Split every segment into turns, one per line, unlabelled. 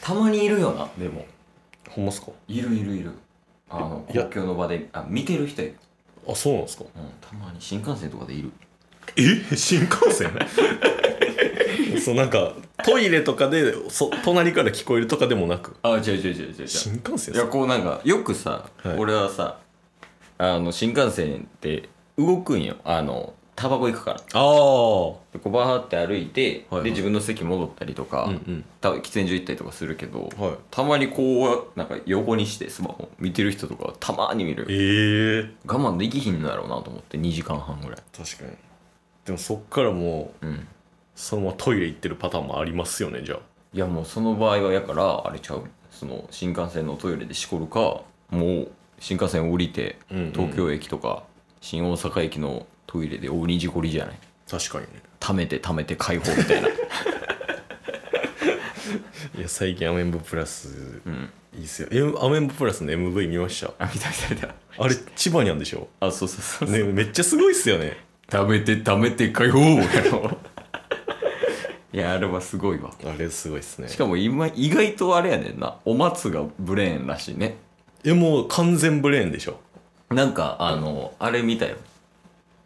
たまにいるよな
でもほんますか
いるいるいるあの
いや
公共の場であ見てる人やけど
あそうなんですか
うん、たまに新幹線とかでいる
え新幹線 そうなんかトイレとかでそ隣から聞こえるとかでもなく
あ違う違う違う違う違
新幹線
いやこうなんかよくさ、
はい
俺はさあの新幹線って動くんよあのタバコ行くから
ああ
でこうバーって歩いて、
はいはい
で自分の席戻ったりとか、
うん
た喫煙所行ったりとかするけど、
うんはい
たまにこうなんか横にしてスマホ見てる人とかたまに見るよ
ええ
我慢できひんのやろうなと思って2時間半ぐらい
確かにでもそっからもう
うん
そのままトイレ行ってるパターンもありますよねじゃあ
いやもうその場合はやからあれちゃうその新幹線のトイレでしこるかもう新幹線降りて
うんうん
東京駅とか新大阪駅のトイレで大に事故りじゃない
確かにね
溜めて溜めて解放みたいな
いや最近アメンボプラス
うん
いいっすよ、M、アメンボプラスの MV 見ました
あ見た見た見た
あれ千葉にあんでしょ、
あそうそうそうそう
ね、めっちゃすごいっすよね
溜めて溜めて解放やろ いやあれはすごいわ
あれすごいっすね
しかも今意外とあれやねんなお松がブレーンらしいね
えもう完全ブレーンでしょ
なんかあのあれ見たよ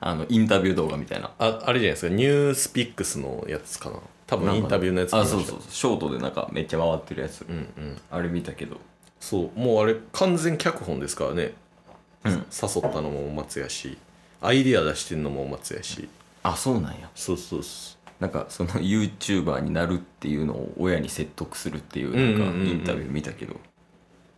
あのインタビュー動画みたいな
ああれじゃないですかニュースピックスのやつかな多分インタビューのやつ
あ
見ました
そうそうそうショートでなんかめっちゃ回ってるやつ、
うんうん
あれ見たけど
そうもうあれ完全脚本ですからね、
うん
誘ったのも松やしアイディア出してんのも松やし
あそうなんや
そうそうそ
なんかその YouTuber になるっていうのを親に説得するっていう
う
なん
うん
ん
うん
か
うん
インタビュー見たけど、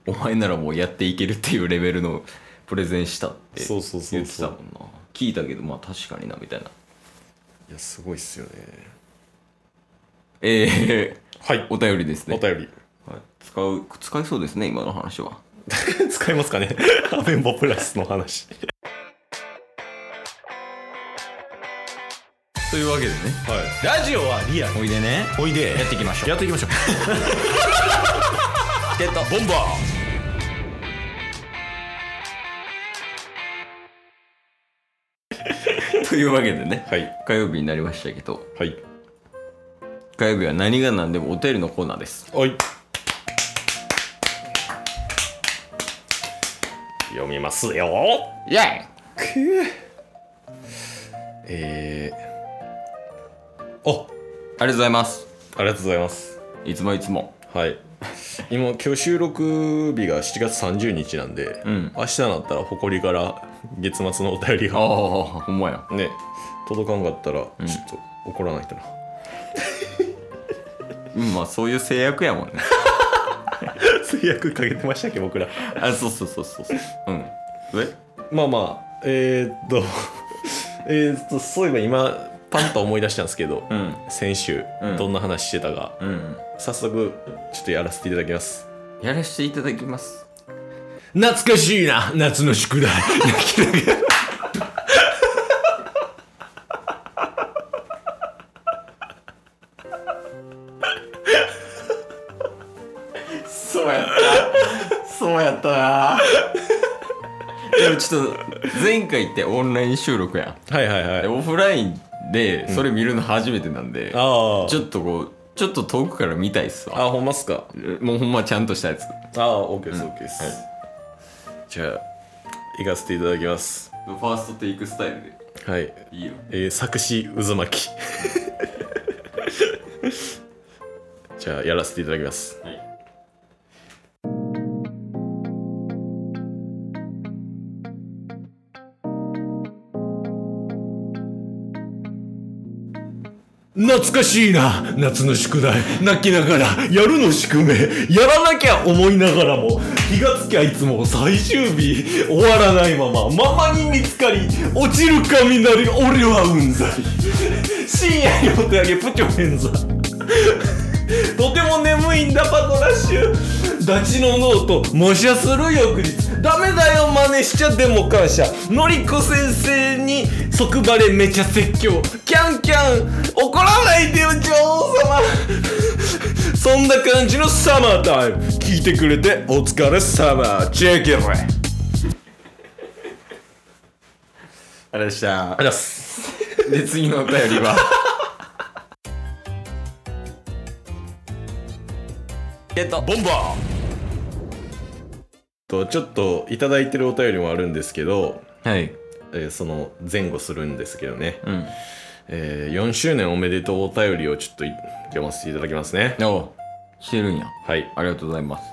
お前ならもうやっていけるっていうレベルの プレゼンしたって
そ
言
う
っ
そうそうそう
てたもんな聞いたけどまあ確かになみたいな
ういやすごいっすよね
え
はい
ー、お便りですね
お便り
はい、使う使いそうですね今の話は
使いますかねアメンボプラスの話
というわけでね
はいラジオはリアル
おいでね
おいでや
っていきましょう
やっていき ましょう
ゲット
ボンバ
というわけでね
ーはい
火曜日になりましたけど
はい
火曜日は何が何でもお便りのコーナーです
はい読みますよ
イェイ
えー、あ
ありがとうございます
ありがとうございます
いつもいつも
はい今今日収録日が7月30日なんで、
ん
明日になったら誇りから月末のお便り
ああ
が
ほんまや
ね届かんかったらちょっと怒ら ないとな、
うんまあそういう制約やもん ね
制約かけてましたっけ僕ら
あそうそうそうそうそううんえ
まあまあえー、っと えー、っとそういえば今パンと思い出したんですけど、
うん
先週、
うん
どんな話してたか
うん
早速ちょっとやらせていただきます
やらせていただきます
懐かしいな夏 の宿題
そうやったそうやったなでもちょっと前回ってオンライン収録や
はいはい
ん
はい
オフラインでそれ見るの初めてなんで、
ああ
ちょっとこうちょっと遠くから見たいっすわ
あほんまっすか
もうほんまちゃんとしたやつ
ああ、オッケーです、オッケーです。じゃあ、行かせていただきます。
ファーストテイクスタイルで
はい。
いいよ
えー作詞、渦巻き。 じゃあ、やらせていただきます。
はい
懐かしいな夏の宿題泣きながらやるの宿命やらなきゃ思いながらも気がつきゃいつも最終日終わらないままままに見つかり落ちる雷俺はうんざり深夜にお手上げプチョ変座 とても眠いんだパトラッシュダチのノート模写する翌日ダメだよ真似しちゃでも感謝のりこ先生に即バレめちゃ説教キャンキャン怒らないでよ女王様 そんな感じのサマータイム聞いてくれてお疲れ様チェックやばいありがと
あれでした
うございます
で次のお便りはゲット
ボンバーとちょっといただいてるお便りもあるんですけど、
はい
えーその前後するんですけどね、
うん
えー4周年おめでとうお便りをちょっとい読ませていただきますね
おしてるんや
はい
ありがとうございます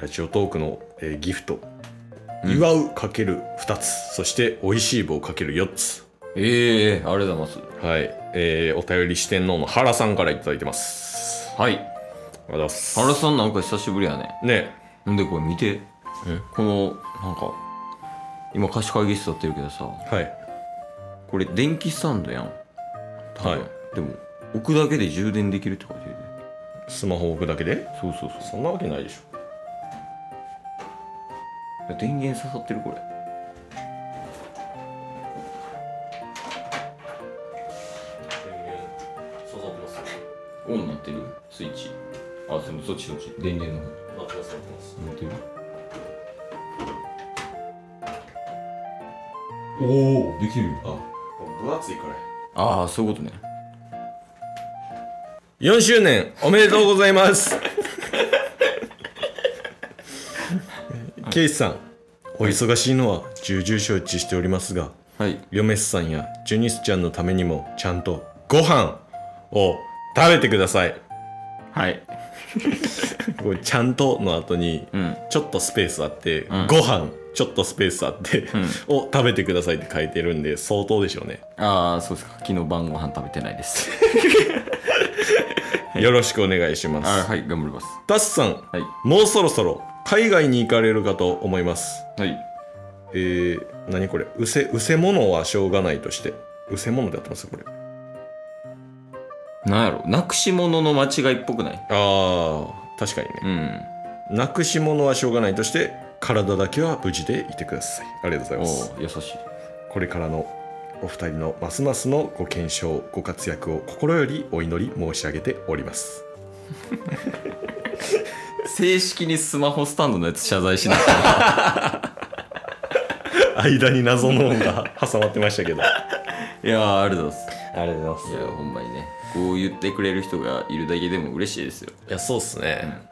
ラジオトークの、えーギフト
うん
祝うかける2つそして美味しい棒かける4つ
ええありがとうございま
はい、えーお便り四天王の原さんからいただいてます
すはい
ありがとうございます
原さんなんか久しぶりやね
ね
んでこれ見て
え
このなんか今貸し会議室立ってるけどさ
はい
これ電気スタンドやん多分
は
でも置くだけで充電できるって書いてるね
スマホ置くだけで
そうそうそう
そんなわけないでしょ
いや電源刺さってるこれ
刺さってます
オンなってるスイッチあでもそっちそっち電源の方
刺さってます
なってる
おお
できる
分厚いこれ
ああそういうことね
4周年おめでとうございます ケイスさんお忙しいのは重々承知しておりますが
はい
ヨメスさんやジュニスちゃんのためにもちゃんとご飯を食べてください
はい
これちゃんとの後に
うん
ちょっとスペースあって、
ん
ご飯ちょっとスペースあって、を食べてくださいって書いてるんで相当でしょうね、
ああそうですか昨日晩ご飯食べてないです
よろしくお願いします、
あーはい頑張ります
タスさん
はい
もうそろそろ海外に行かれるかと思います
はい
えー、何これうせうせものはしょうがないとしてうせものでやってますこれあ
なんやろなくし物の間違いっぽくない
ー確かにね
うん
なくしものはしょうがないとして体だけは無事でいてくださいありがとう
お
ございます
ー優しい
これからのお二人のますますのご健勝ご活躍を心よりお祈り申し上げております
正式にスマホスタンドのやつ謝罪しない
間に謎の音が 挟まってましたけどあ
いやーありがとうございます
りがとうござ
い
い
や
ま
ほんまにねこう言ってくれる人がいるだけでも嬉しいですよ
すいやそうっすね、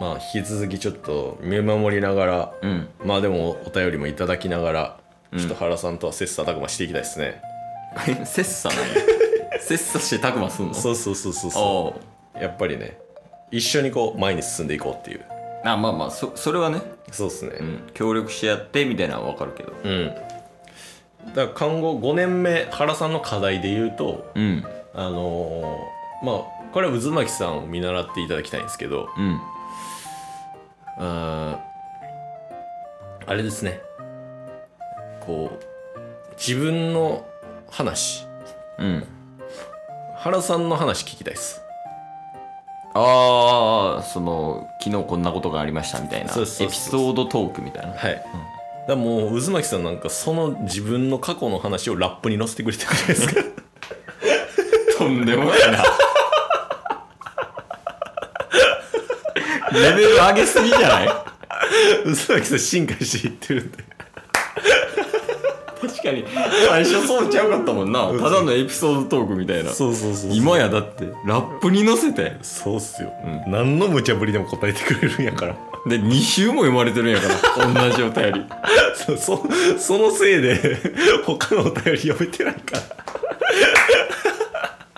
まあ引き続きちょっと見守りながら
うん
まあでもお便りもいただきながらちょっと原さんとは切磋琢磨していきたいですね、
切磋なんや 切磋してたくますんの
そうそうそうそうそ
おー
うやっぱりね一緒にこう前に進んでいこうっていう
あまあまあそそれはね、
そうっす
う
ね
ん、協力し合ってみたいなのは分かるけど
うん、だから今後5年目原さんの課題で言うと
うん
あのーまあこれは渦巻さんを見習っていただきたいんですけど
うん
あーあれですねこう自分の話
うん
原さんの話聞きたいです
ああその昨日こんなことがありましたみたいな
そうそうそう
エピソードトークみたいな
はい、だからもう渦巻さんなんかその自分の過去の話をラップに載せてくれてるじゃないですか
とんでもないな。レベル上げすぎじゃない
渦巻さん進化していってるんで
確かに。最初そうちゃうかったもんな。ただのエピソードトークみたいな。
うそうそ今
今やだって、ラップに乗せて。
そうっすよ、
ん
何の無茶ぶりでも答えてくれるんやから
で、2週も読まれてるんやから。同じお便り。
そ そそのせいで 他のお便り読めてないか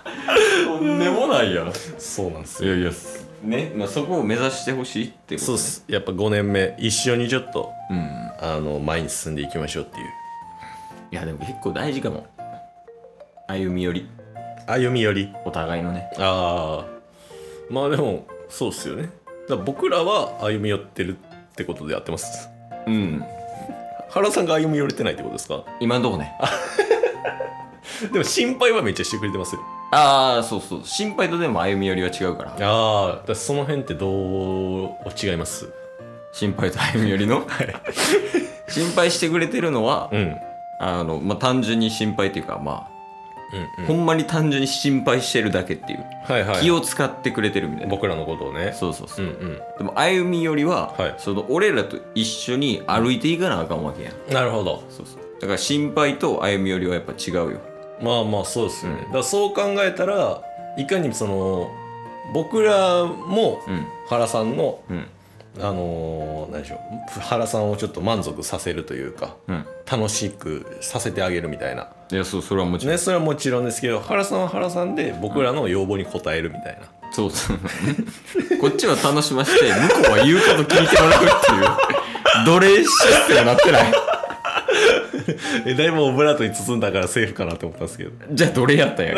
ら
とんでもないやん。い
そうなんですよ
やいや、ね、まあ、そこを目指してほしいってこと。
そうっすやっぱ5年目一緒にちょっと
うん。
あの前に進んでいきましょうっていう
いや、でも結構大事かも。歩み寄り。
歩み寄り
お互いのね。
ああまあでもそうっすよねだから僕らは歩み寄ってるってことでやってます
うん。
原さんが歩み寄れてないってことですか
今んとこね。
でも心配はめっちゃしてくれてますよ
ああ、そうそう。心配とでも歩み寄りは違うから。
ああだからその辺ってどう違います
心配と歩み寄りの心配してくれてるのは、
うんうん
あの、まあ、単純に心配っていうか、まあ、
うん
ほんまに単純に心配してるだけっていう。
はいはい
気を使ってくれてるみたいな。
僕らのことをね
そうそうそうう。
んう
でも、歩み寄りは、
はい
その、俺らと一緒に歩いていかなあかんわけやん。
んなるほど
そうそう。だから、心配と歩み寄りはやっぱ違うよ。
まあまあそうですよね、
うん
だからそう考えたらいかにその僕らも
うん。
原さんの
うん
あのー何でしょう原さんをちょっと満足させるというか
うん
楽しくさせてあげるみたいな、
いやそうそれはもちろん、
ね、それはもちろんですけど原さんは原さんで僕らの要望に応えるみたいな、
そうそう こっちは楽しまして向こうは言うこと聞いてもらうっていう奴隷システムになってない
えだいぶオブラートに包んだからセーフかなと思ったんですけど、
じゃあ奴隷やったん や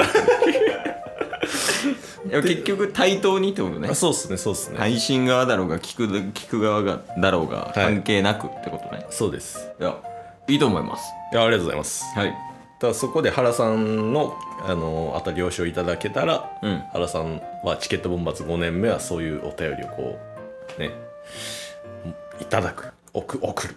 いや結局対等にってことね
あそうっすねそうっすね、
配信側だろうが聞く聞く側がだろうが関係なくってことね、い、
そうです
やいいと思います
いやありがとうございます
はい
ただそこで原さんのあのあた了承いただけたら、
うん
原さんはチケットボンバーズ5年目はそういうお便りをこうねいただく送送る